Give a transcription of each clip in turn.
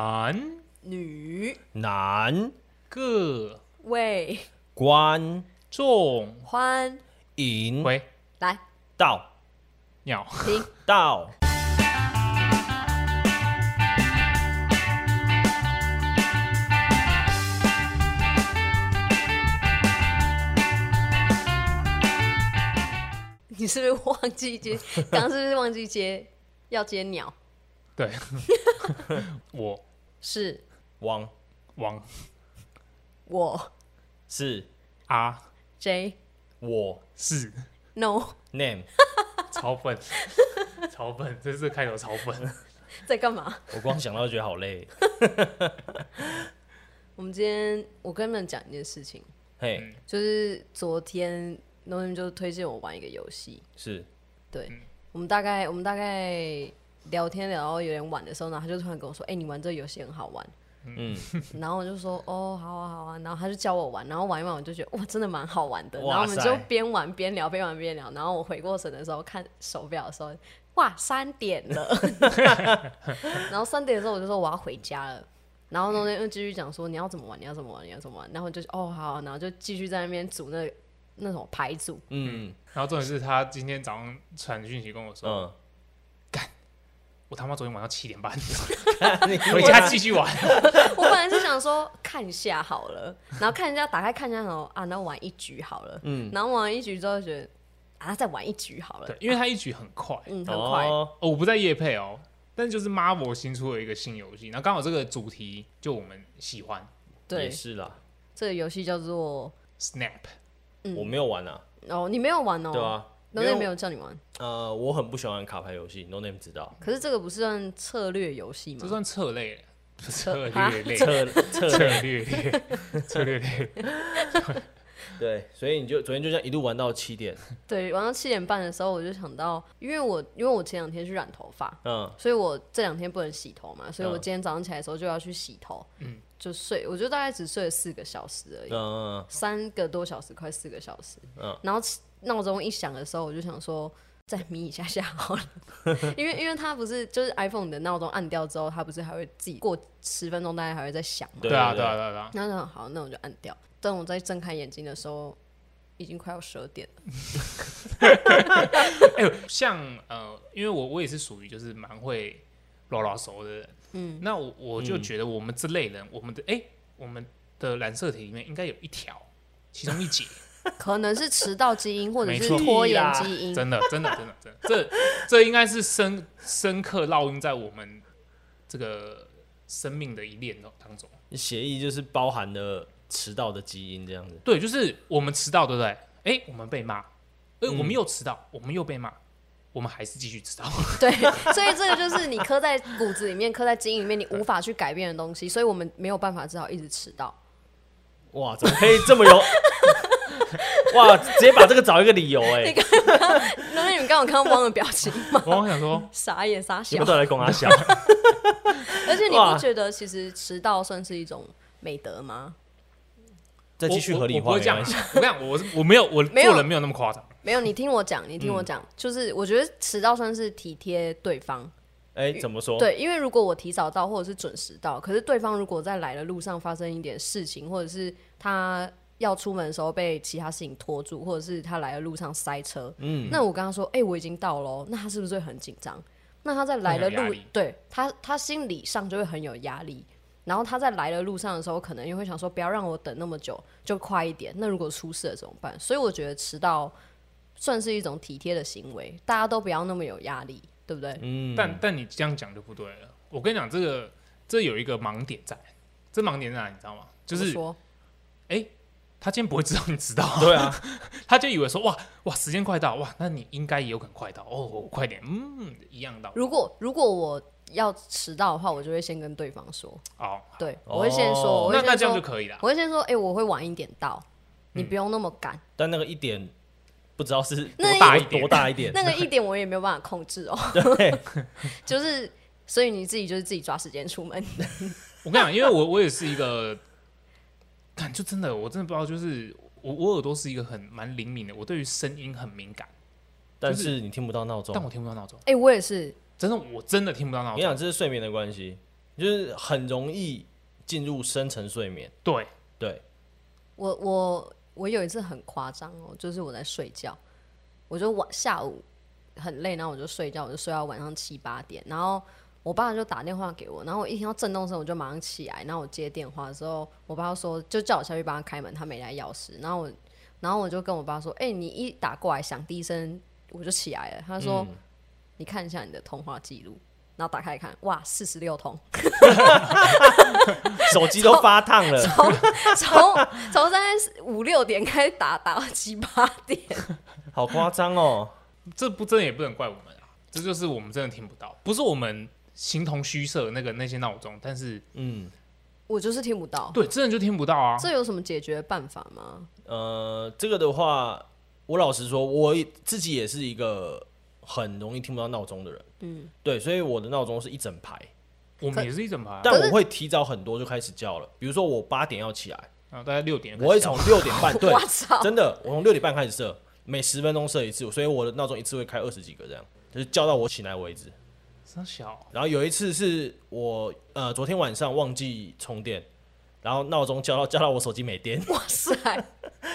男女男各为观众欢迎回来到鸟， 停。 到，你是不是忘记接？刚刚是不是忘记接？要接鸟对， 我是汪王我是阿 J 我是 No name，超笨， 超笨，这次开头超笨。 在干嘛？我光想到就觉得好累。我们今天我跟你们讲一件事情，嗯嘿，就是昨天 No Name 就推荐我玩一个游戏，是对、我们大概我们大概聊天聊到有点晚的时候，然后他就突然跟我说：“哎、你玩这个游戏很好玩。”嗯， 然后我就说哦，好啊，好啊。然后他就教我玩，然后玩一玩，我就觉得哇，真的蛮好玩的。然后我哇们塞就边玩边聊，边玩边聊。然后我回过神的时候，看手表的时候，哇，三点了。 然后三点的时候，我就说我要回家了。然后呢，又继续讲说你要怎么玩，你要怎么玩，你要怎么玩。然后我就哦好啊，然后就继续在那边组那那种牌组。嗯然后重点是他今天早上传讯息跟我说，嗯，我他妈昨天晚上七 点半嗯你回家继续玩。 我本来是想说看一下好了，然后看一下，打开看一下，然后啊，那玩一局好了。嗯然后玩完一局之后就觉得啊，再玩一局好了对。，因为他一局很快。嗯，很快。哦，哦，我不在夜配哦，但就是 Marvel 新出了一个新游戏，然后刚好这个主题就我们喜欢对也，是啦，这个游戏叫做 Snap，嗯我没有玩啊，哦，你没有玩哦，对啊， n o 因 Name 为没有叫你玩，呃，我很不喜欢玩卡牌游戏，No Name 知 道，可是这个不是算策略游戏这吗？算策略类，不是 策策略类，策策策略 类，策略类。对，所以你就昨天就这样一路玩到七点，对，晚上七点半的时候我就想到，因为我因为我前两天去染头发，嗯所以我这两天不能洗头嘛，所以我嗯今天早上起来的时候就要去洗头，嗯，就睡，我就大概只睡了四个小时而已，嗯三个多小时，快四个小时。嗯然后起闹钟一响的时候，我就想说再眯一下下好了， 因为因为它不是就是 iPhone 的闹钟按掉之后，它不是还会自己过十分钟，大概还会再响嘛。对对啊，对对啊，对啊，对啊。然后想好，那我就按掉。等我再睁开眼睛的时候，已经快要十二点了。哎呦，像呃，因为我我也是属于就是蛮会拉拉手的人，嗯，那我我就觉得我们这类人，我们的哎、我们的染色体里面应该有一条，其中一节，可能是迟到基因，或者没是错拖延基因。真的，真的，真的，真的，这这应该是深深刻烙印在我们这个生命的一链哦当中。嗯，协议就是包含了迟到的基因这样子，对，就是我们迟到，对不对？哎、我们被骂，哎、我们又迟到，我们又被骂，我们还是继续迟到。对， 所以这个就是你刻在骨子里面、刻在基因里面，你无法去改变的东西。所以我们没有办法，只好一直迟到。哇，怎么可以 这么有？哇，直接把这个找一个理由哎、你那你们刚刚有看到汪的表情 吗？ 我想说，傻眼傻你笑们。都来跟我 想，而且你哇不觉得其实迟到算是一种美德吗？再继续合我理化我我不会没这样关系。我跟你讲，我是我没有，我没有做人没有那么夸张。没有，你听我讲，你听我讲，就是我觉得迟到算是体贴对方。哎、怎么说？对，因为如果我提早到或者是准时到，可是对方如果在来的路上发生一点事情，或者是他要出门的时候被其他事情拖住，或者是他来的路上塞车，嗯，那我跟他说，哎、我已经到喽，那他是不是会很紧张？那他在来的会很有压路力，对他他心理上就会很有压力。然后他在来的路上的时候，可能又会想说，不要让我等那么久，就快一点。那如果出事了怎么办？所以我觉得迟到算是一种体贴的行为，大家都不要那么有压力，对不对？嗯，但但你这样讲就不对了。我跟你讲，这个这有一个盲点在，这盲点在哪？你知道吗？就怎么是说他今天不会知道你 迟到，对啊，他就以为说哇哇时间快到哇，那你应该也有可能快到哦，我快点，嗯，一样到如果如果我要迟到的话，我就会先跟对方说，哦，对哦我会先说，我那会那先这样就说，可以了。嗯我会先说，哎、我会晚一点到，你不用那么赶。但那个一点不知道是那多大一多大一点， 那个一点我也没有办法控制哦， 对，就是所以你自己就是自己抓时间出门， 我跟你讲，因为我我也是一个，看就真的我真的不知道，就是我我耳朵是一个很蛮灵敏的，我对于声音很敏感，但是你听不到闹钟但。我听不到闹钟，哎、我也是，真的我真的听不到闹钟我跟你。讲，这是睡眠的关系。就是很容易进入深层睡眠。对， 对，我我我有一次很夸张哦，就是我在睡觉，我就晚下午很累，然后我就睡觉，我就睡到晚上七八点，然后我爸就打电话给我，然后我一听到震动声，我就马上起来，然后我接电话的时候，我爸说就叫我下去帮他开门，他没带钥匙，然后我然后我就跟我爸说，哎、你一打过来响第一声，我就起来了，他说、你看一下你的通话记录。然后打开来看，哇，四十六通， 手机都发烫了，从从从三五六点开始打，打到七八点，好夸张哦。这不真的也不能怪我们啊，这就是我们真的听不到，不是我们形同虚设那个那些闹钟，但是嗯，我就是听不到。对，真的就听不到啊。哦哦这有什么解决办法吗？呃，这个的话，我老实说，我自己也是一个很容易听不到闹钟的人。嗯，对，所以我的闹钟是一整排，我们也是一整排啊，但可是我会提早很多就开始叫了。比如说我八点要起来，然后大概六点开始我会从六点 半，哎对我，操！真的，我从六点半开始设，每十分钟设一次，所以我的闹钟一次会开二十几个这样，就是叫到我醒来为止。三小，然后有一次是我呃昨天晚上忘记充电，然后闹钟叫到叫到我手机没电，哇塞！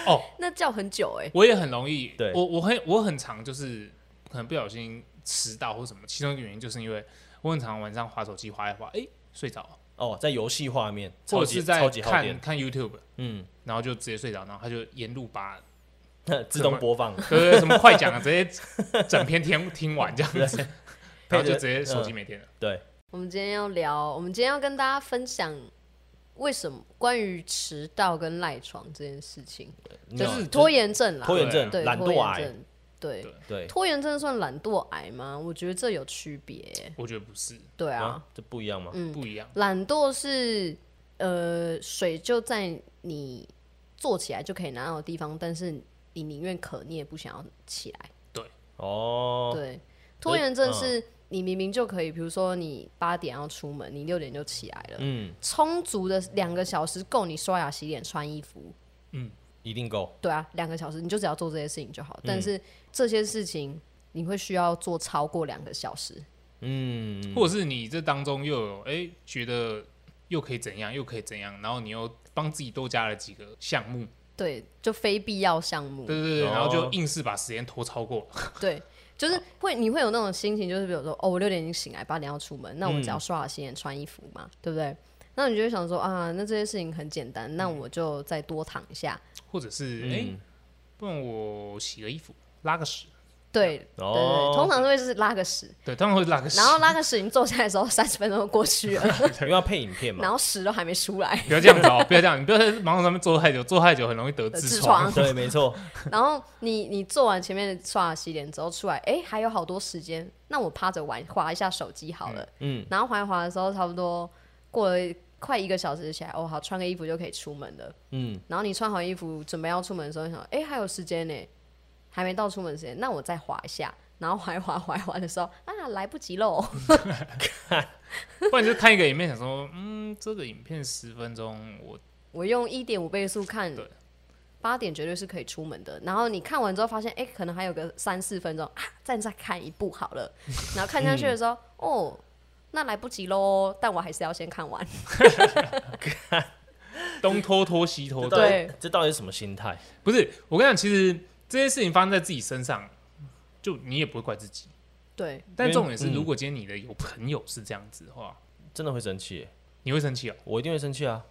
哦，那叫很久哎、我也很容易，对我我很我很常就是可能不小心迟到或什么，其中一个原因就是因为我很常晚上划手机划一划，哎、睡着了，哦，在游戏画面，或超者级是超在级耗看电，看 YouTube，嗯，然后就直接睡着，然后他就沿路把 自动播放，对对对什么快讲啊，直接整篇听听完这样子，然后就直接嗯手机没电了。对，我们今天要聊，我们今天要跟大家分享为什么关于迟到跟赖床这件事情，就就是拖延症啦，拖延症对、懒拖惰延癌，症，对对对拖延症算懒惰癌吗？我觉得这有区别欸、我觉得不是，对啊，啊，这不一样吗？不一样。懒惰是呃，水就在你坐起来就可以拿到的地方，但是你宁愿渴，你也不想要起来。哦，对，拖延症嗯是你明明就可以，比如说你八点要出门，你六点就起来了，嗯，充足的两个小时够你刷牙、洗脸、穿衣服。一定够，对啊，两个小时你就只要做这些事情就好。嗯但是这些事情你会需要做超过两个小时，嗯，或者是你这当中又有哎、诶觉得又可以怎样，又可以怎样，然后你又帮自己多加了几个项目，对，就非必要项目。对对对，哦然后就硬是把时间拖超过了。 对，就是会你会有那种心情，就是比如说，哦，我六点已经醒来，八点要出门，那我嗯只要刷牙、洗脸、穿衣服嘛，对不对？那你就会想说啊，那这些事情很简单，那我就再多躺一下。或者是哎、诶嗯，不然我洗个衣服，拉个屎，对对对，通哦，常都会是拉个屎，对，他们会拉个屎然，后拉个屎，你坐下来的时 候三十分钟就过去了，因为要配影片嘛然，后屎都还没出来， 不要这样子哦，不要这样，你不要在马桶上面坐太久，坐太久很容易得痔痔疮疮。 对，没错，然后你你做完前面的刷牙、洗脸之后出来，哎，还有好多时间，那我趴着玩划一下手机好了。嗯，然后滑一滑的时候，差不多过了快一个小时起来，哦，好，穿个衣服就可以出门了。嗯，然后你穿好衣服准备要出门的时候，你想，哎、还有时间呢，还没到出门时间，那我再滑一下。然后滑一滑滑一滑的时候，啊，来不及喽。 不然就看一个影片，想说，嗯，这个影片十分钟，我我用一点五倍速看对，八点绝对是可以出门的。然后你看完之后发现，哎、可能还有个三四分钟啊，再再看一部好了。然后看下去的时候，哦，那来不及喽，但我还是要先看完。东拖拖西拖的这到。底对这到底是什么心态？不是，我跟你讲，其实这些事情发生在自己身上，就你也不会怪自己。对，但重点因是，为嗯如果今天你的有朋友是这样子的话，真的会生气耶。你会生气哦。我一定会生气啊，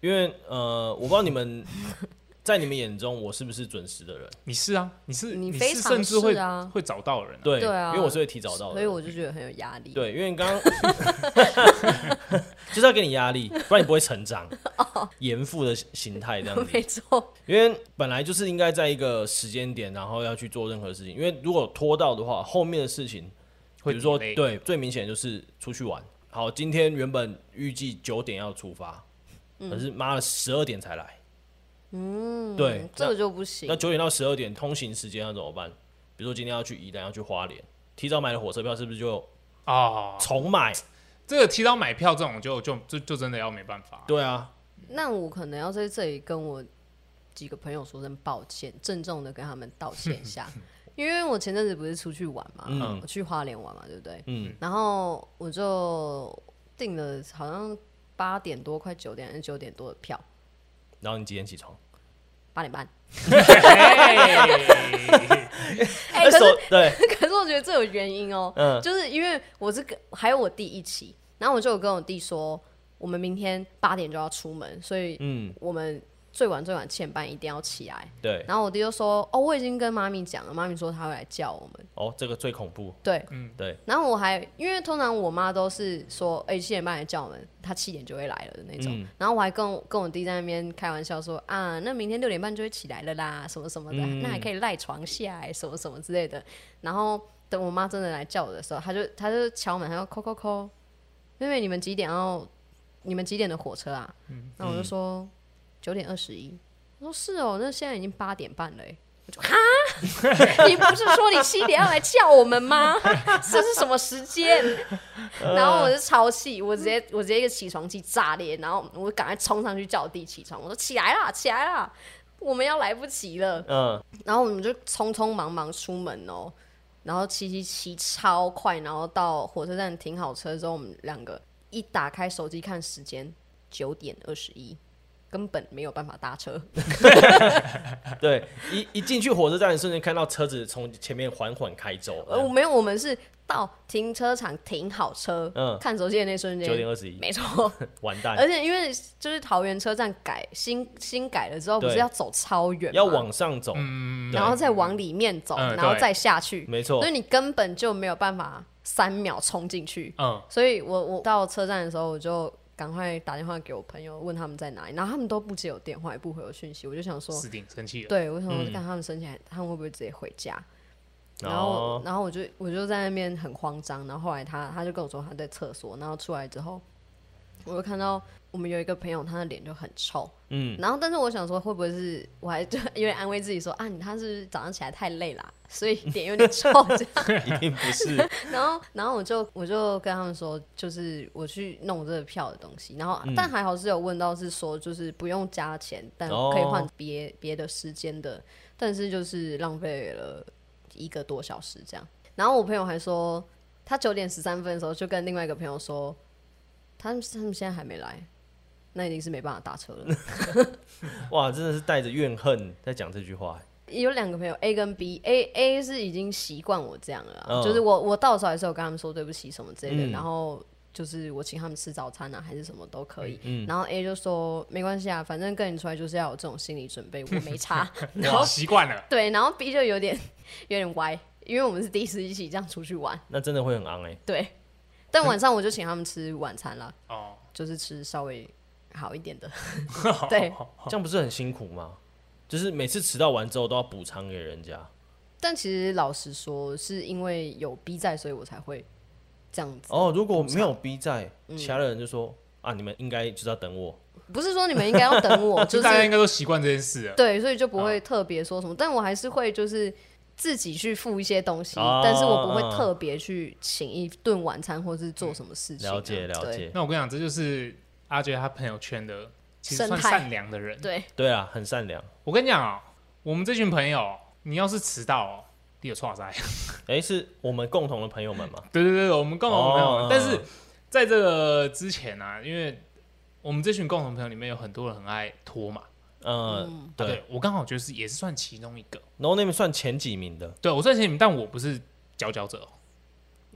因为呃，我不知道你们 在你们眼中我是不是准时的人，你是啊，你是你你非是常甚至会是啊会找到人、啊。对，对啊因为我是会提早到所的以人，我就觉得很有压力。哦对，因为刚刚 就是要给你压力，不然你不会成长，哦严父的形态这样 子，没错，因为本来就是应该在一个时间点，然后要去做任何事情，因为如果拖到的话，后面的事情，比会如说 delay 对，最明显的就是出去玩。好，今天原本预计九点要出发，嗯可是妈的十二点才来，嗯，对，这个就不行那。九点到十二点通行时间要怎么办？比如说今天要去宜兰，要去花莲，提早买了火车票，是不是就啊，重买？这个提到买票这种就，就就就真的要没办法。 对啊，那我可能要在这里跟我几个朋友说声抱歉，郑重的跟他们道歉一 下，因为我前阵子不是出去玩嘛，嗯我去花莲玩嘛，对不对？嗯然后我就订了好像八点多快九点还是九点多的票，然后你几点起床？八点 半。嘿哎、那可手是对， 可是我觉得这有原因哦、嗯就是因为我这个还有我弟一起，然后我就有跟我弟说，我们明天八点就要出门，所以嗯，我们最晚最晚七点半一定要起来。对，然后我弟就说：“哦，我已经跟妈咪讲了，妈咪说她会来叫我们。哦，这个最恐怖，”对，对，然后我还因为通常我妈都是说：“哎、七点半来叫我们，她七点就会来了的那种。嗯然后我还跟我跟我弟在那边开玩笑说：“啊，那明天六点半就会起来了啦，什么什么的，嗯那还可以赖床下来，什么什么之类的。”然后等我妈真的来叫我的时候，她就她就敲门，她说：“扣扣扣，妹妹，你们几点要？你们几点的火车啊？”那嗯我就说九点二十一。她说：“是哦，那现在已经八点半了、欸。”我就 哈，你不是说你七点要来叫我们吗？ 这是什么时间？然后我就超气，我直接我直接一个起床气炸裂，然后我赶快冲上去叫我弟起床，我说起来啦，起来啦，我们要来不及了。嗯，然后我们就匆匆忙忙出门哦，然后骑骑骑超快，然后到火车站停好车之后，我们两个一打开手机看时间，九点二十一，根本没有办法搭车。对，一一进去火车站的瞬间，看到车子从前面缓缓开走，呃，我没有，我们是到停车场停好车，嗯看手机的那瞬九点间，二十一，没错。完蛋， 而且因为就是桃园车站改新新改了之后，不对是要走超远，要，往上走，对然后再往里面走，嗯然后对再下去，没错所以，你根本就没有办法三秒冲进去。 嗯，所以我我到车站的时候，我就赶快打电话给我朋友，问他们在哪里，然后他们都不接我电话，也不回我讯息，我就想说，死定生气了。对我想嗯说，看他们生起来，他们会不会直接回家？然后我，后然后我就我就在那边很慌张。然后后来他他就跟我说他在厕所，然后出来之后，我就看到我们有一个朋友，他的脸就很臭。嗯，然后但是我想说，会不会是我还就 有点安慰自己说啊，你他是不是早上起来太累啦，所以脸有点臭这样。一定不是， 然后然后我就我就跟他们说，就是我去弄这个票的东西。然后、但还好是有问到是说，就是不用加钱，但哦可以换别别的时间的，但是就是浪费了一个多小时这样。然后我朋友还说，他九点十三分的时候就跟另外一个朋友说，他们他们现在还没来，那一定是没办法打车了。哇，真的是带着怨恨在讲这句话，有两个朋友 A 跟 B，A A 是已经习惯我这样了啊、嗯就是我我到的时候还是有跟他们说对不起什么之类的，嗯然后就是我请他们吃早餐啊，还是什么都可以。嗯然后 A 就说没关系啊，反正跟你出来就是要有这种心理准 备，我没差。然哇，后习惯了。对，然后 B 就有点 有点歪，因为我们是第一次一起这样出去玩，那真的会很昂哎，对。但晚上我就请他们吃晚餐了，哦，就是吃稍微好一点的，对。这样不是很辛苦吗？就是每次迟到完之后都要补偿给人家，但其实老实说，是因为有 B 在，所以我才会这样子。哦，如果没有逼在，嗯其他的人就说啊，你们应该就是要等我，不是说你们应该要等 我，就大家应是该都习惯这件事了。对，所以就不会特别说什么，但我还是会就是自己去付一些东西，哦但是我不会特别去请一顿晚餐或是做什么事情啊、了解了对解，那我跟你讲，这就是阿杰他朋友圈的，其实算生态善良的人。对，对啊，很善良，我跟你讲哦，我们这群朋友，你要是迟到哦，你有错在。哎，是我们共同的朋友们嘛，对对对，我们共同朋友们。哦但是在这个之前啊，因为我们这群共同朋友里面有很多人很爱拖嘛，啊嗯，对对我刚好就是也是算其中一个。 ，No Name 算前几名的，对我算前你们，但我不哎是佼佼者哦、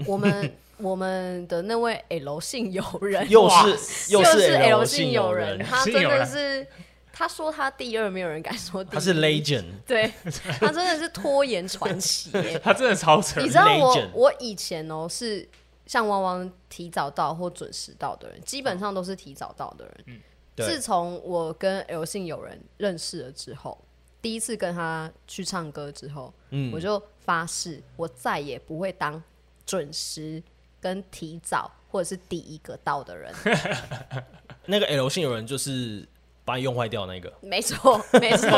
我们我们的那位 L 姓友人，又哇 是又 又是 L 姓姓友人，他姓真友的人是。他说他第二，没有人敢说第一。他是 legend，对，他真的是拖延传奇耶。他真的超扯你。知道我 legend 我以前哦、是像汪汪提早到或准时到的人，基本上都是提早到的人。嗯对自，从我跟 L 姓友人认识了之后，第一次跟他去唱歌之后，嗯我就发誓我再也不会当准时跟提早或者是第一个到的人。那个 L 姓友人就是把你用坏掉那个，没错，没 错，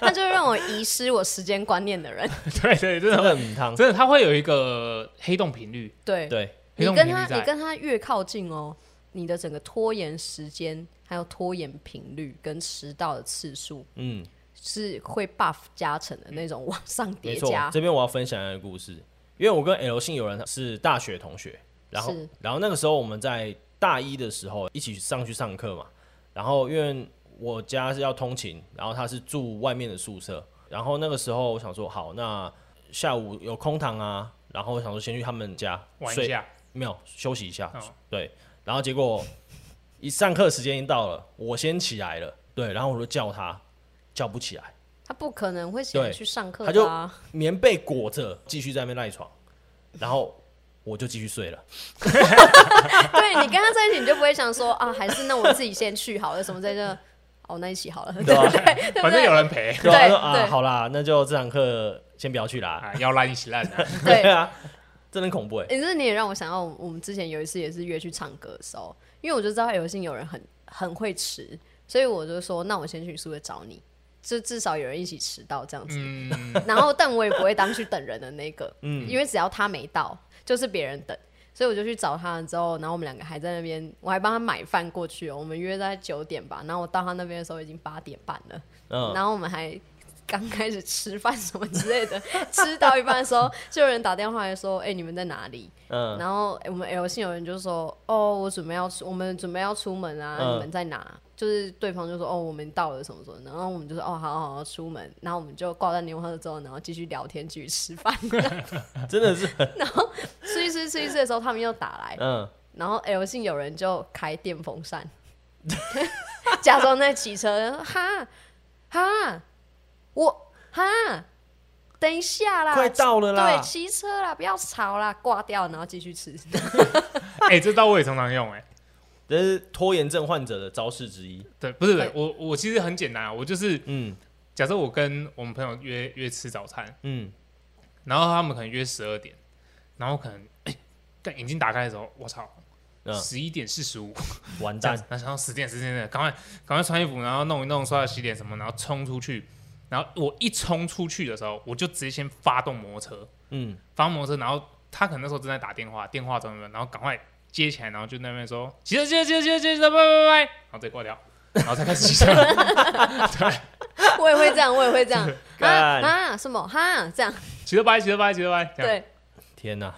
那就是让我遗失我时间观念的人。 对对，真真的的很汤，真的，他会有一个黑洞频率。对，对，黑你洞跟频他率在你跟他越靠近哦，你的整个拖延时间、还有拖延频率跟迟到的次数嗯，是会 buff 加成的那种往上没叠错加，。这边我要分享一个故事，因为我跟 L 姓友人是大学同学，然后是然后那个时候我们在大一的时候一起上去上课嘛，然后因为我家是要通勤，然后他是住外面的宿舍，然后那个时候我想说，好，那下午有空堂啊，然后我想说先去他们家玩一睡，下，没有休息一下，哦对，然后结果一上课时间一到了，我先起来了，对，然后我就叫他，叫不起来。他不可能会想对去上课他的就啊。 棉被裹着，继续在那边赖床，然后我就继续睡了。对你跟他在一起，你就不会想说啊，还是那我自己先去好了，什么在这哦，那一起好了， 对对啊不对？对不反正有对？人陪 对啊，对说啊，对好啦，那就这堂课先不要去啦。啊，要烂一起烂 啊。对，啊，真的很恐怖哎、你这你也让我想到，我们之前有一次也是约去唱歌的时候，因为我就知道有幸有人很很会迟，所以我就说，那我先去宿舍找你，就至少有人一起迟到这样子。嗯，然后，但我也不会当去等人的那个， 嗯因为只要他没到，就是别人等。所以我就去找他了，之后，然后我们两个还在那边，我还帮他买饭过去哦。我们约在九点吧，然后我到他那边的时候已经八点半了。嗯，然后我们还刚开始吃饭什么之类的， 吃到一半的时候，就有人打电话来说：“哎、你们在哪里？”嗯然后、哎我们 L 姓有人就说：“哦，我准备要出，我们准备要出门啊，嗯你们在哪？”就是对方就说：“哦，我们到了什么什么。”然后我们就说：“哦，好好好，出门。”然后我们就挂断电话之后，然后继续聊天，继续吃 饭。真的是，吃一吃吃一吃的时候，他们又打来，嗯，然后 L 姓有人就开电风扇， 假装在骑车，然后说哈哈，我哈，等一下啦，快到了对，啦。骑车啦，不要吵啦，挂掉，然后继续吃。哎，这招我也常常用哎。这是拖延症患者的招式之一。对，不是对我，我其实很简单啊，我就是嗯假设我跟我们朋友约约吃早餐，嗯，然后他们可能约十二点，然后可能 哎，但、眼睛打开的时候，我操，嗯十一点四十五，完这样蛋子，，然后十点十点的，赶快赶快穿衣服，然后弄一弄，刷牙洗脸什么，然后冲出去，然后我一冲出去的时候，我就直接先发动摩托车，嗯，发动摩托车，然后他可能那时候正在打电话，电话怎么，然后赶快接起来，然后就那边说骑车骑车骑车骑车骑车，拜拜拜拜，然后再挂掉，然后再开始 骑车，我也会这样，我也会这样，啊 干啊，什么哈，这样，骑车拜骑车拜骑车拜，这样。对，天哪，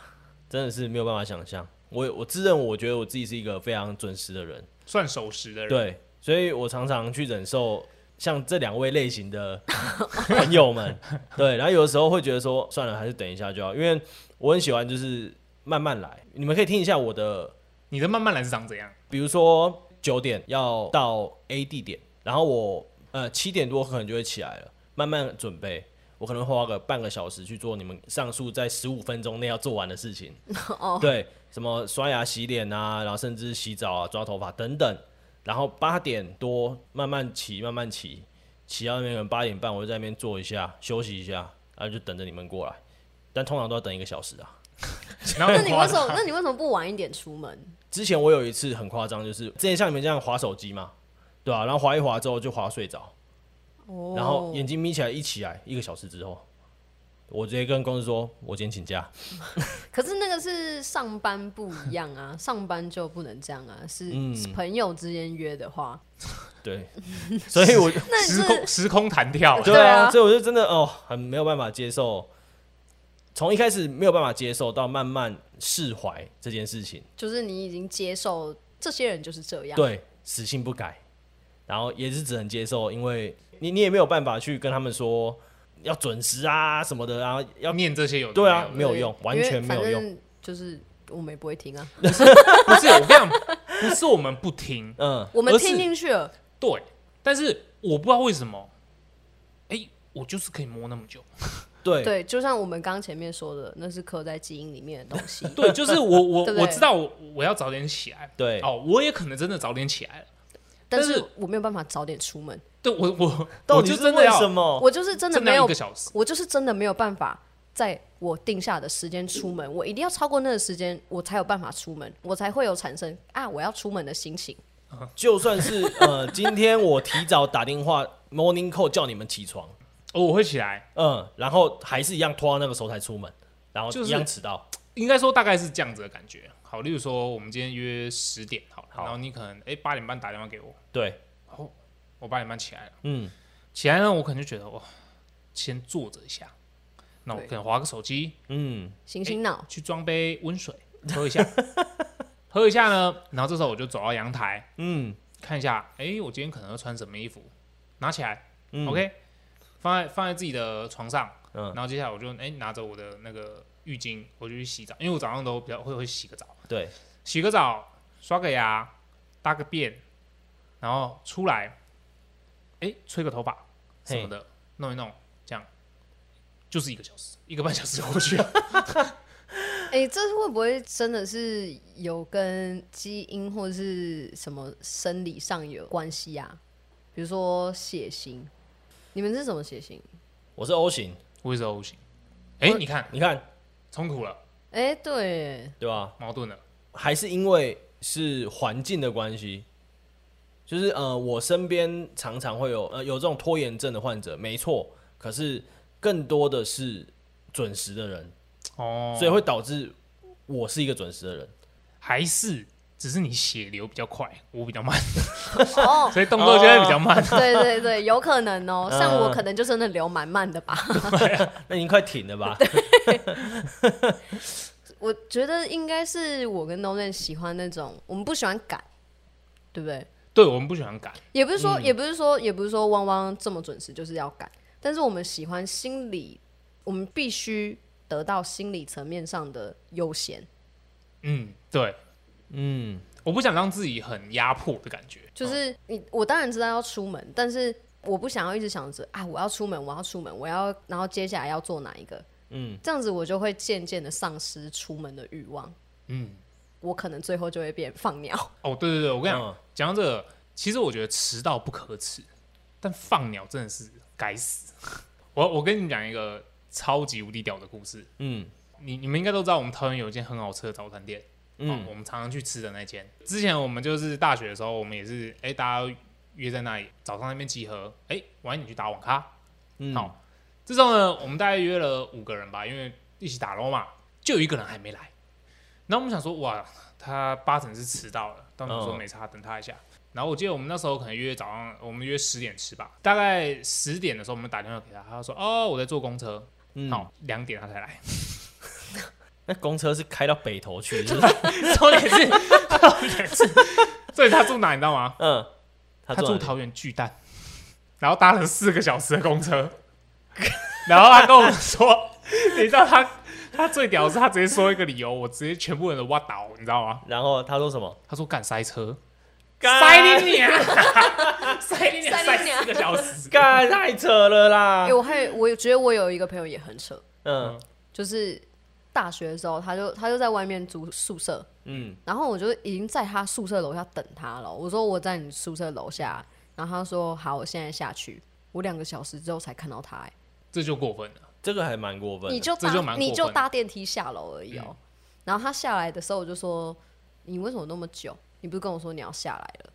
真的是没有办法想象。我我自认我觉得我自己是一个非常准时的人，算守时的人。对，所以我常常去忍受像这两位类型的 朋友们，对，然后有的时候会觉得说，算了，还是等一下就好，因为我很喜欢就是慢慢来。你们可以听一下我的，你的慢慢来是长怎样？比如说九点要到 A 地点，然后我呃七点多可能就会起来了，慢慢准备。我可能会花个半个小时去做你们上述在十五分钟内要做完的事情，哦，对，什么刷牙、洗脸啊，然后甚至洗澡啊、抓头发等等。然后八点多慢慢骑，慢慢骑，骑到那边可能八点半，我就在那边坐一下，休息一下，然后就等着你们过来。但通常都要等一个小时啊。然后 哦那很你夸为什张 么？那你为什么不晚一点出门？之前我有一次很夸张，就是之前像你们这样划手机嘛，对吧、然后划一划之后就划睡着，哦，然后眼睛眯起来一起来，一个小时之后，我直接跟公司说，我今天请假。可是那个是上班不一样啊，上班就不能这样啊，是嗯是朋友之间约的话， 对，所以我那你时是空时空弹跳对对啊啊，所以我就真的哦，很没有办法接受，从一开始没有办法接受到慢慢释怀这件事情，就是你已经接受这些人就是这样，对，死性不改，然后也是只能接受，因为你你也没有办法去跟他们说要准时啊什么的啊，要要念这些有的对啊没没有有的用因为完全没有用反正就是我们也不会听啊，不是我跟你讲，不是我们不听，嗯，我们而是听进去了，对，但是我不知道为什么，哎、我就是可以摸那么久。，对对，就像我们刚前面说的，那是刻在基因里面的东西 对，就是我我对不对我知道我我要早点起来，对哦，我也可能真的早点起来了。但但是是我没有办法早点出门，对我我到我底就是真的为要什么？我就是真的真没的要有一个，小时，我就是真的没有办法在我定下的时间出门，我一定要超过那个时间，我才有办法出门，我才会有产生啊我要出门的心情。就算是呃，今天我提早打电话 morning call 叫你们起床，哦，我会起来。嗯，然后还是一样拖到那个时候才出门，然后就是一样迟到，应该说大概是这样子的感觉。好，例如说我们今天约十点好了，好然后你可能哎八、点半打电话给我，对，我八点半起来了。嗯起来呢，我可能就觉得哇，先坐着一下，那我对可能划个手机，嗯。醒醒脑，去装杯温水喝一下， 喝一下呢，然后这时候我就走到阳台嗯看一下，哎、我今天可能要穿什么衣服，拿起来、嗯 o k 放在放在自己的床上，嗯然后接下来我就哎、拿着我的那个浴巾，我就去洗澡，因为我早上都比较会会洗个澡，对，洗个澡，刷个牙，大个便，然后出来，哎、吹个头发什么的，弄一弄，这样就是一个小时，一个半小时过去了。 哎、这会不会真的是有跟基因或是什么生理上有关系啊？比如说血型，你们是什么血型？我是 O 型，我也是 O 型，哎、你看你看冲突了，哎、对，对吧？矛盾了，还是因为是环境的关系，就是呃，我身边常常会有呃有这种拖延症的患者，没错，可是更多的是准时的人，哦，所以会导致我是一个准时的人。还是只是你血流比较快，我比较慢，哦，所以动作就会比较慢。 对对对，有可能哦、嗯像我可能就真的流蛮慢的吧。那已经快停了 吧？我觉得应该是我跟 Nolan 喜欢那种，我们不喜欢赶，对不对？对我们不喜欢赶，也不是说，也不是说，也不是说汪汪这么准时就是要赶，但是我们喜欢心理，我们必须得到心理层面上的优先，嗯，对，嗯，我不想让自己很压迫的感觉，就是你，我当然知道要出门，但是我不想要一直想着啊，我要出门，我要出门，我要，然后接下来要做哪一个，嗯，这样子我就会渐渐的丧失出门的欲望，嗯，我可能最后就会变放鸟，哦，对对对，我我跟你讲，讲、到这个，其实我觉得迟到不可耻，但放鸟真的是该死。我我跟你讲一个超级无敌屌的故事，嗯你你们应该都知道，我们桃园有一间很好吃的早餐店，嗯、嗯我们常常去吃的那间。之前我们就是大学的时候，我们也是，哎、大家约在那里早上那边集合，哎、晚一点去打网咖，嗯，好，这时候呢，我们大概约了五个人吧，因为一起打捞嘛，就有一个人还没来。然后我们想说，哇，他八成是迟到了，但我们说嗯没差，等他一下。然后我记得我们那时候可能约早上，我们约十点吃吧，大概十点的时候我们打电话给他，他说哦我在坐公车，嗯，好两点他才来。那公车是开到北头 去，是不是重点是，重点是，重点他住哪你知道吗？嗯，他他住住哪里桃园巨蛋，然后搭了四个小时的公车， 然后他跟我们说，你知道他他最屌的是他直接说一个理由，我直接全部人都挖倒，你知道吗？然后他说什么？他说干塞车，干塞你娘，塞你娘，塞塞你娘四个小时，干太扯了啦啊哎、！我还有我觉得我有一个朋友也很扯，嗯就是大学的时候，他就他就在外面租宿舍，嗯然后我就已经在他宿舍楼下等他了。我说我在你宿舍楼下，然后他说好，我现在下去。我两个小时之后才看到他、哎这就过分了。这个还蛮过分你的。就这搭就蛮过分的嗯你就搭电梯下楼而已哦、然后他下来的时候，我就说你为什么那么久？你不是跟我说你要下来了？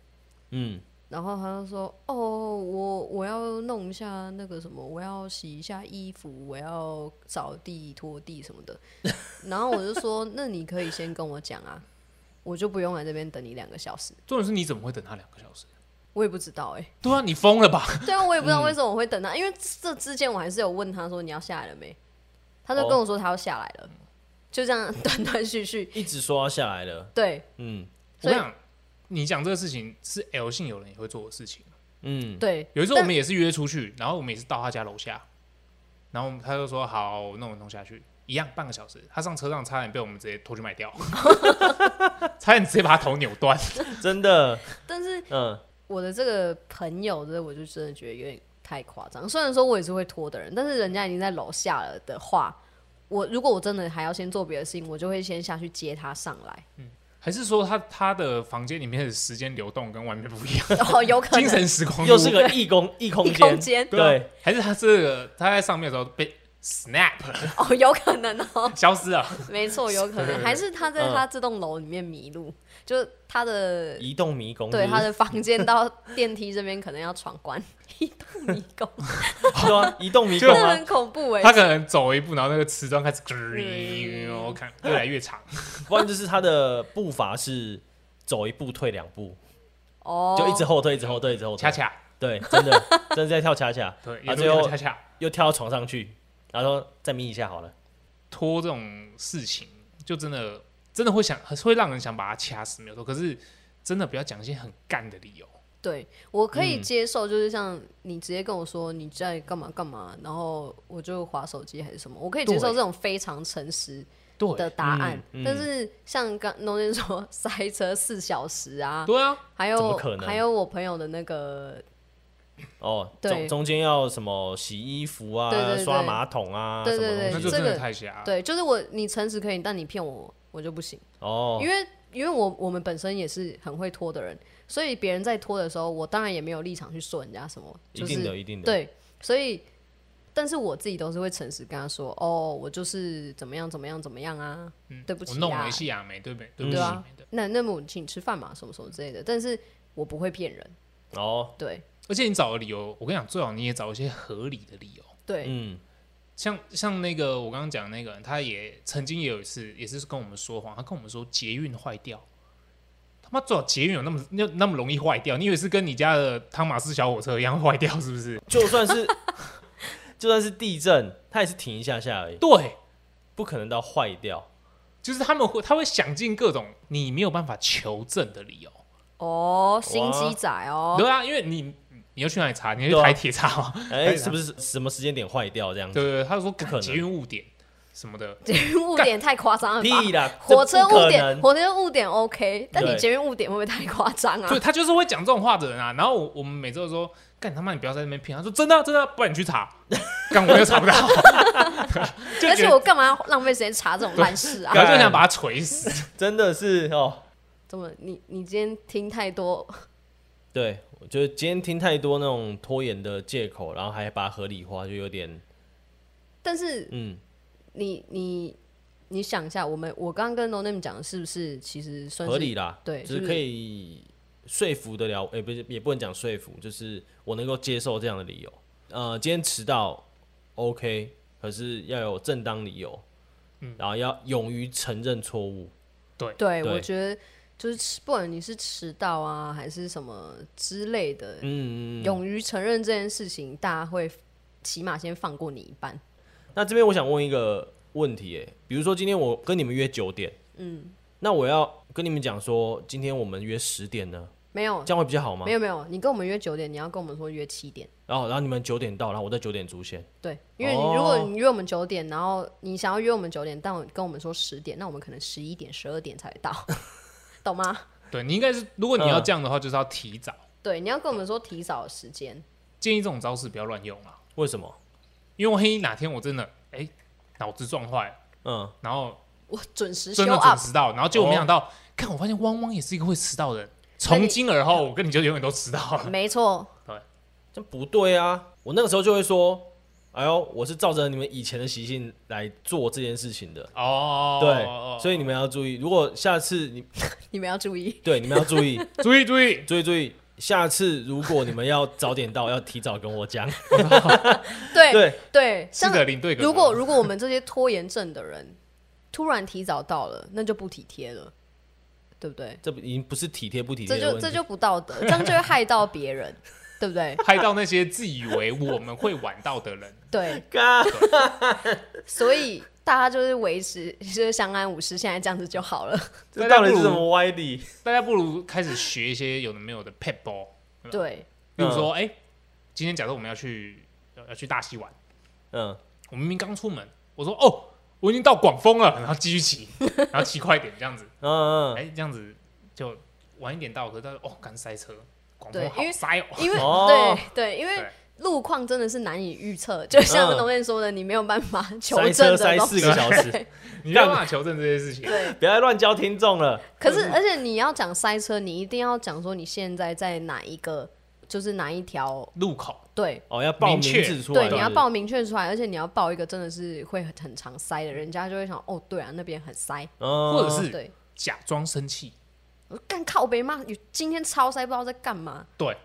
嗯，然后他就说：“哦，我我要弄一下那个什么，我要洗一下衣服，我要扫地、拖地什么的。”然后我就说：“那你可以先跟我讲啊，我就不用来这边等你两个小时。重点是你怎么会等他两个小时？”我也不知道哎、对啊，你疯了吧？对啊，我也不知道为什么我会等他，因为这之前我还是有问他说你要下来了没，他就跟我说他要下来了，就这样断断续续。一直说要下来了。对嗯我所以跟你讲，你讲这个事情是 L 姓有人也会做的事情。 嗯，对，有一次我们也是约出去，然后我们也是到他家楼下，然后我们他就说好，那我弄下去，一样半个小时。他上车上差点被我们直接拖去卖掉， 差点直接把他头扭断。真的，但是嗯，我的这个朋友，这我就真的觉得有点太夸张。虽然说我也是会拖的人，但是人家已经在楼下了的话，我如果我真的还要先做别的事情，我就会先下去接他上 来。还是说他他的房间里面的时间流动跟外面不一 样，哦，有可精能神时空又是个 异空异空一间空，间对啊对，还是他这个他在上面的时候被 snap 了哦，有可能哦，消失了，没错，有可 能，还是他在嗯他这栋楼里面迷路，就他的移动迷宫是不对是，他的房间到电梯这边可能要闯关， 一栋迷宫， 对啊，移动迷宫真的啊，很恐怖哎、他可能走一步，然后那个瓷砖开始我看越来越长，不然就是他的步伐是走一步退两步，哦，就一直后退，一直后退，一直后恰，退恰对，真的，真的在跳恰恰，对，也啊，是最后恰恰又跳到床上去，然后说再眯一下好了，拖这种事情，就真的真的会想会让人想把他掐死，没有错。可是真的不要讲一些很干的理由。对我可嗯以接受，就是像你直接跟我说你在干嘛干嘛，然后我就划手机还是什么，我可以接受对这种非常诚实的对，答案。嗯嗯但是像刚农人说 塞车四小时啊，对啊，还怎么有可能还有我朋友的那个，哦，对中中间要什么洗衣服啊，对对对刷马桶啊，对对什么那东西就这真个的太啊瞎了。对，就是我你诚实可以，但你骗我我就不行，哦因为因为我我们本身也是很会拖的人，所以别人在拖的时候，我当然也没有立场去说人家什么，一就是定的，一定的，对，所以，但是我自己都是会诚实跟他说，哦，我就是怎么样怎么样怎么样啊，嗯对不起我弄啊了一下亚美，对不对？嗯对不对起，啊美的那那么我请你吃饭嘛，什么什么之类的，但是我不会骗人，哦，对而且你找的理由，我跟你讲，最好你也找一些合理的理由。对，嗯，像像那个我刚刚讲那个人，他也曾经也有一次，也是跟我们说谎，他跟我们说捷运坏掉。他妈，最好捷运有那么那那么容易坏掉？你以为是跟你家的汤马斯小火车一样坏掉，是不是？就算是 就算是地震，它也是停一下下而已，对，不可能到坏掉。就是他们会他会想尽各种你没有办法求证的理由。哦，心机仔哦，对啊，因为你你要去哪里查？你要对去啊台铁查嘛？哎、哎是不是什么时间点坏掉这样对子？对对，他说不可能捷运误点什么的，捷运误点太夸张了吧？屁啦， 火车这不可误点，能火车误点 OK，但你对捷运误点会不会太夸张啊所以？他就是会讲这种话的人啊。然后我我们每次都说，干他妈你不要在那边骗，他说真的啊、真的啊、不然你去查，干我又查不到， 就觉而且得我干嘛要浪费时间查这种烂事啊 对？然后就想把他锤死。真的是哦。怎么你你今天听太多？对，我觉得今天听太多那种拖延的借口，然后还把它合理化，就有点但是嗯，你你你想一下，我们我刚刚跟 No Name 讲的是不是其实算合是理啦，对就是是不可是以说服得了，哎、不是也不能讲说服，就是我能够接受这样的理由。呃，今天迟到 OK，可是要有正当理由，嗯，然后要勇于承认错误，对，对我觉得就是迟，不管你是迟到啊，还是什么之类的，嗯嗯嗯。勇于承认这件事情，大家会起码先放过你一半。那这边我想问一个问题、哎，比如说今天我跟你们约九点，嗯，那我要跟你们讲说，今天我们约十点呢，没有，这样会比较好吗？没有，没有，你跟我们约九点，你要跟我们说约七点。然后，然后你们九点到，然后我在九点出现。对，因为你哦如果你约我们九点，然后你想要约我们九点，但我跟我们说十点，那我们可能十一点、十二点才到， 懂吗？对你应该是，如果你要嗯这样的话，就是要提早。对，你要跟我们说提早的时间。建议这种招式不要乱用啊，为什么？因为万一哪天我真的哎脑、子撞坏了，嗯，然后我准时真 show 的准 up，哦迟到，然后结果没想到，看、我发现汪汪也是一个会迟到的人。从今而后，我跟你就永远都迟到 了。没错，这不对啊！我那个时候就会说，哎呦，我是照着你们以前的习性来做这件事情的。哦，对，所以你们要注意，如果下次你你们要注意。对你们 要注意，以哦注意注意，注意注意，下次如果你们要早点到，要提早跟我 讲。对对，对，是像的，领队哥哥。如果如果我们这些拖延症的人突然提早到了，那就不体贴了，对不对？这不已经不是体贴不体这贴的就问这题。就不道德，这样就会害到别人，对不对？拍到那些自以为我们会晚到的人，对，嘎所以大家就是维持 就是相安无事，现在这样子就好了。这到底是什么歪理？大家不如开始学一些有的没有的 pet ball，对，比如说，哎、今天假设我们要去要要去大溪玩，嗯，我明明刚出门，我说哦，我已经到广丰了，然后继续骑， 然后骑快一点这样子，嗯哎、嗯，这样子就晚一点到，可是他说哦，赶塞车，广对丰好因为塞哦，因为、哦对对，因为对。路况真的是难以预测，就像嗯农燕说的，你没有办法求塞证车的塞东四西。个小时， 你没有办法求证这些事情。对，不要再乱教听众了。可是，而且你要讲塞车，你一定要讲说你现在在哪一个，就是哪一条路口对。哦，要报名明确字出来，对，你要是不是报明确出来，而且你要报一个真的是会很很常塞的，人家就会想，哦，对啊，那边很塞。哦嗯或者是对，假装生气，我说干靠北骂，你今天超塞，不知道在干嘛。对，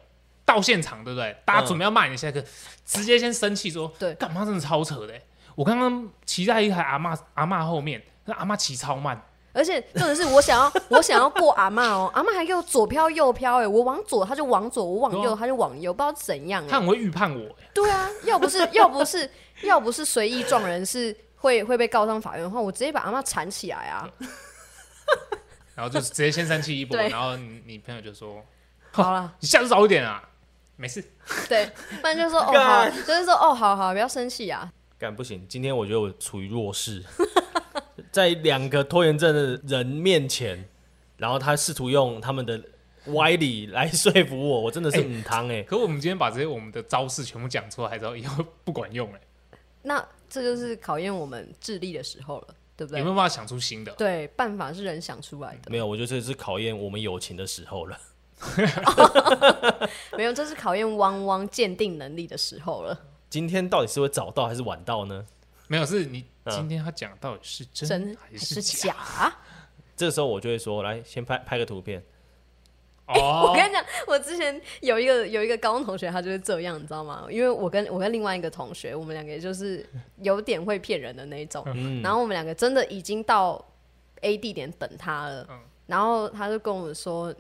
到现场对不对？大家嗯准备要骂你下课，直接先生气说，对干嘛真的超扯的欸、我刚刚骑在一台阿嬷阿嬷后面，那阿嬷骑超慢，而且重点是我想要，我想要过阿嬷哦，阿 嬷还给我左飘右飘，哎，我往左他就往左，我往对右啊他就往右，不知道怎嗯样她哎。很会预判我欸、对啊，要不是 要不是要不是随意撞人是会会被告上法院的话，我直接把阿嬷缠起来啊。然后就直接先三七一波，对然后你你朋友就说好了，你下次早一点啊，没事，对，不然就说哦好，干就是说哦好好，不要生气啊，干不行，今天我觉得我处于弱势， 在两个拖延症的人面前，然后他试图用他们的歪理来说服我，我真的是很汤哎，可我们今天把这些我们的招式全部讲出来之后，以后不管用哎、那这就是考验我们智力的时候了，对不有对没？有办法想出新的？对，办法是人想出来的，没有，我觉得这是考验我们友情的时候了。 没有，这是考验汪汪鉴定能力的时候了，今天到底是会早到还是晚到呢？没有，是你嗯今天他讲到底是真真还还是是假？假？这时候我就会说，来先拍拍个图片，哦我，跟你讲，我之前有一个有一个高中同学，他就是这样，你知道吗？因为我跟我跟另外一个同学，我们两个也就是有点会骗人的那一种。嗯然后我们两个真的已经到 A 地点等他了，嗯然后他就跟我们说：“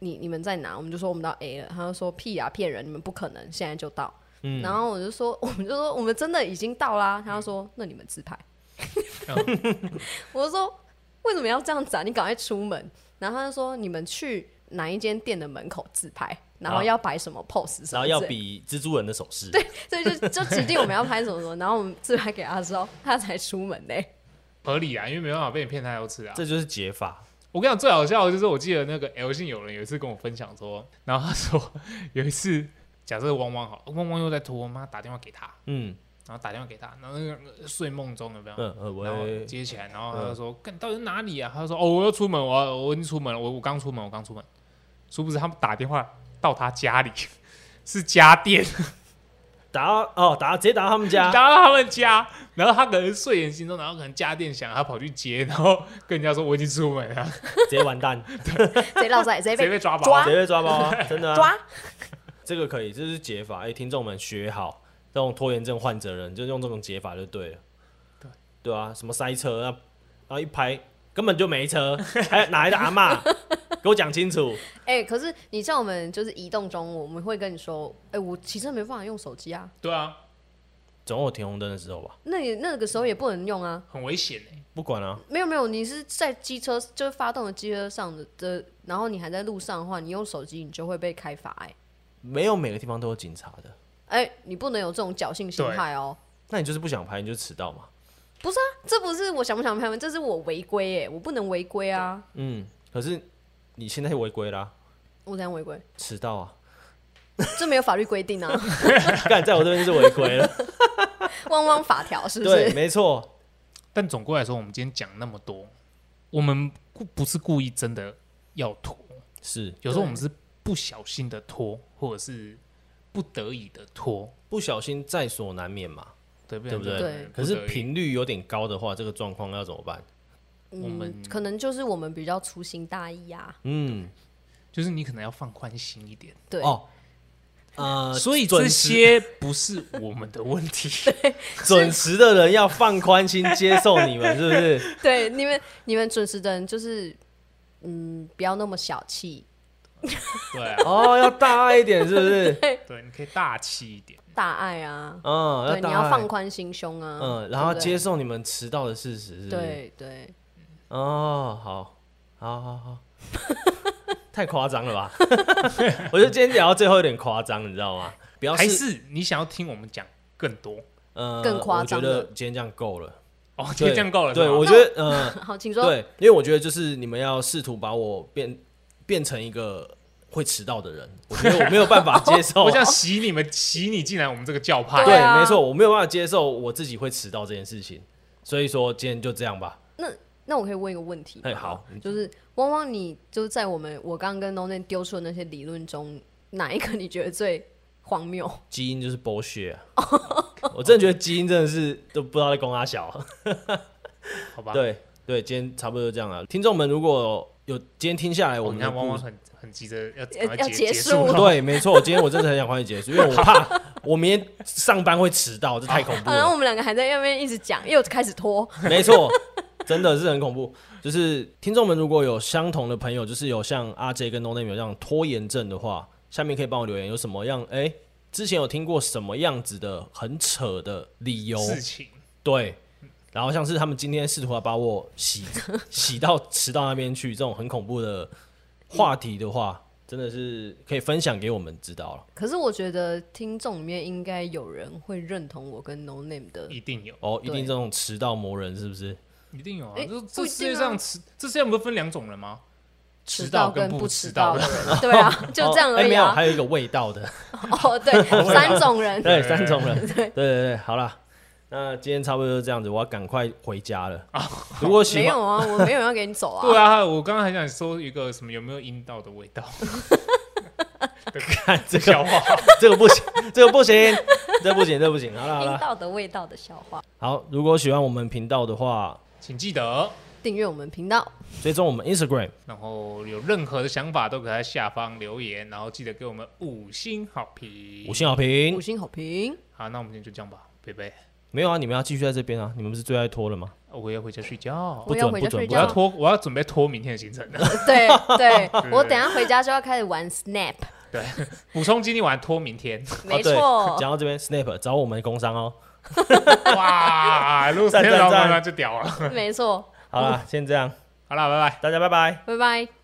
你你们在哪？”我们就说我们到 A 了，他就说：“屁啊，骗人！你们不可能现在就到。嗯然后我就说：“ 我们就说我们真的已经到啦。”他就说：“那你们自拍。哦 我就说：“为什么要这样子啊？你赶快出门。”然后他就说：“你们去哪一间店的门口自拍，然后啊要摆什么 pose，什么然后之要类的比蜘蛛人的手势。所以就就指定我们要拍什么什 么，然后我们自拍给他的时候，他才出门呢、合理啊，因为没办法被你骗太多次啊。这就是解法，我跟你讲，最好笑的就是我记得那个 L 姓友人有一次跟我分享说，然后他说有一次，假设汪汪好，汪汪又在拖，妈打电话给他，嗯然后打电话给他，然后那个睡梦中有没有？嗯呃，然后喂，接起来，然后他就说：“干、你到底是哪里啊？”他就说：“哦，我要出门，我要我已经出门了，我我刚出门，我刚出门。”殊不知他们打电话到他家里，是家电，打到哦打直接打到他 们家，打到他们家，然后他可能睡眼惺忪，然后可能家电响，他跑去接，然后跟人家说：“我已经出门了，直接完蛋，谁落 塞，谁谁被被抓包？”抓直接被抓包啊， 真的啊。抓。这个可以，这是解法。哎、听众们学好，这种拖延症患者人就用这种解法就对了。对对啊，什么塞车啊，然后一拍根本就没车， 还哪来的 阿嬷？给我讲清楚。哎、可是你像我们就是移动中，我们会跟你说，哎、我其实没办法用手机啊，对啊，总有停红灯的时候吧？那也那个时候也不能用啊。很危险哎、不管啊，没有没有，你是在机车就是发动的机车上的的，然后你还在路上的话，你用手机你就会被开罚哎、没有每个地方都有警察的。哎、你不能有这种侥幸心态哦、那你就是不想拍，你就迟到嘛。这不是我想不想拍门，这是我违规哎，我不能违规啊，嗯，可是你现在违规啦，我怎样违规？迟到啊，这没有法律规定啊，干在我这边就是违规了。汪汪法条 是不对，是？没错，但总归来说，我们今天讲那么多，我们故不是故意真的要拖，是有时候对我们是不小心的拖，或者是不得已的拖，不小心在所难免嘛。对不对不对对可是平频率有点高的话，这个状况要怎么办？我们嗯，可能就是我们比较粗心大意啊，嗯，就是你可能要放宽心一点。对，哦，呃，所以这准时些不是我们的问 题，准时的人要放宽心接受你们，是不 是？对，你们你们准时的人就是，嗯，不要那么小气，对啊，哦，要大爱一点，是不是？对，你可以大气一点。大爱啊，嗯，对，大你爱要放宽心胸啊，嗯，然后对不对接受你们迟到的事实，是不是？，对对，哦，好，好 好好，太夸张了吧？ 我觉得今天聊到最后有点夸张，你知道吗？不要还是你想要听我们讲更多？呃，更夸张我的觉得今天这样够了，哦，今对天这样够了是吧。对，我觉得呃，好，请说，对，因为我觉得就是你们要试图把我变变成一个会迟到的人，我觉得我没有办法接受。 我想洗你们，洗你进来我们这个教派。对对，啊没错，我没有办法接受我自己会迟到这件事情，所以说今天就这样吧。那我可以问一个问题，哎，，好，就是汪汪，你就是在我们我刚刚跟 No n 丢出的那些理论中，哪一个你觉得最荒谬？基因就是 bullshit 啊、我真的觉得基因真的是都不知道在攻阿小。啊好吧。对对，今天差不多就这样了。听众们，如果有今天听下来，我哦，你们的看汪故汪事。很很急着要要赶快呃要结结束了。 对，没错，今天我真的很想快点结束，因为我怕我明天上班会迟到，这太恐 怖好然后了。我们两个还在那边一直讲，又开始拖， 没错，真的是很恐怖。就是听众们如果有相同的朋友，就是有像阿 J 跟 No Name 有这样拖延症的话，下面可以帮我留言，有什么样哎、之前有听过什么样子的很扯的理由？事情对，然后像是他们今天试图要把我洗洗到迟到那边去，这种很恐怖的话题的话，真的是可以分享给我们知道了。可是我觉得听众里面应该有人会认同我跟 No Name 的，一定有，哦，一对定这种迟到魔人是不是？一定有啊！诶这不这一世定界啊上迟，这世界上不是分两种人吗？迟到跟不不迟迟到的的， 人，对啊，就这样哦而哎已没有，啊。还有一个味道的，哦， 对，三种 人，对，三种人，对对对对，好了，那今天差不多就这样子，我要赶快回家了。如果喜没欢，有啊，我没有要给你走啊。对啊，我刚刚还想说一个什么有没有阴道的味道看这个笑话， 这个不行，这个不行，这不行，这不行。好了好听了，到的味道的笑话，好，如果喜欢我们频道的话，请记得，订阅我们频道，追踪我们 Instagram，然后有任何的想法都可以在下方留言，然后记得给我们五星好评五。星好五评。星好评，好，那我们今天就这样吧，贝贝，没有啊，你们要继续在这边啊，你们不是最爱拖了吗？我要回家睡觉不。我准要回不家准睡不我要觉准。拖，我要准备拖明天的行程 了。对对，我等一下回家就要开始玩 Snap，补充今天晚上拖明天。 没哦对错，讲到这边，Snap 找我们工商哦。哇，如果赞天赞老板赞那就屌了。没错， 好啦，先这样，好了，拜拜。大家拜拜。拜拜。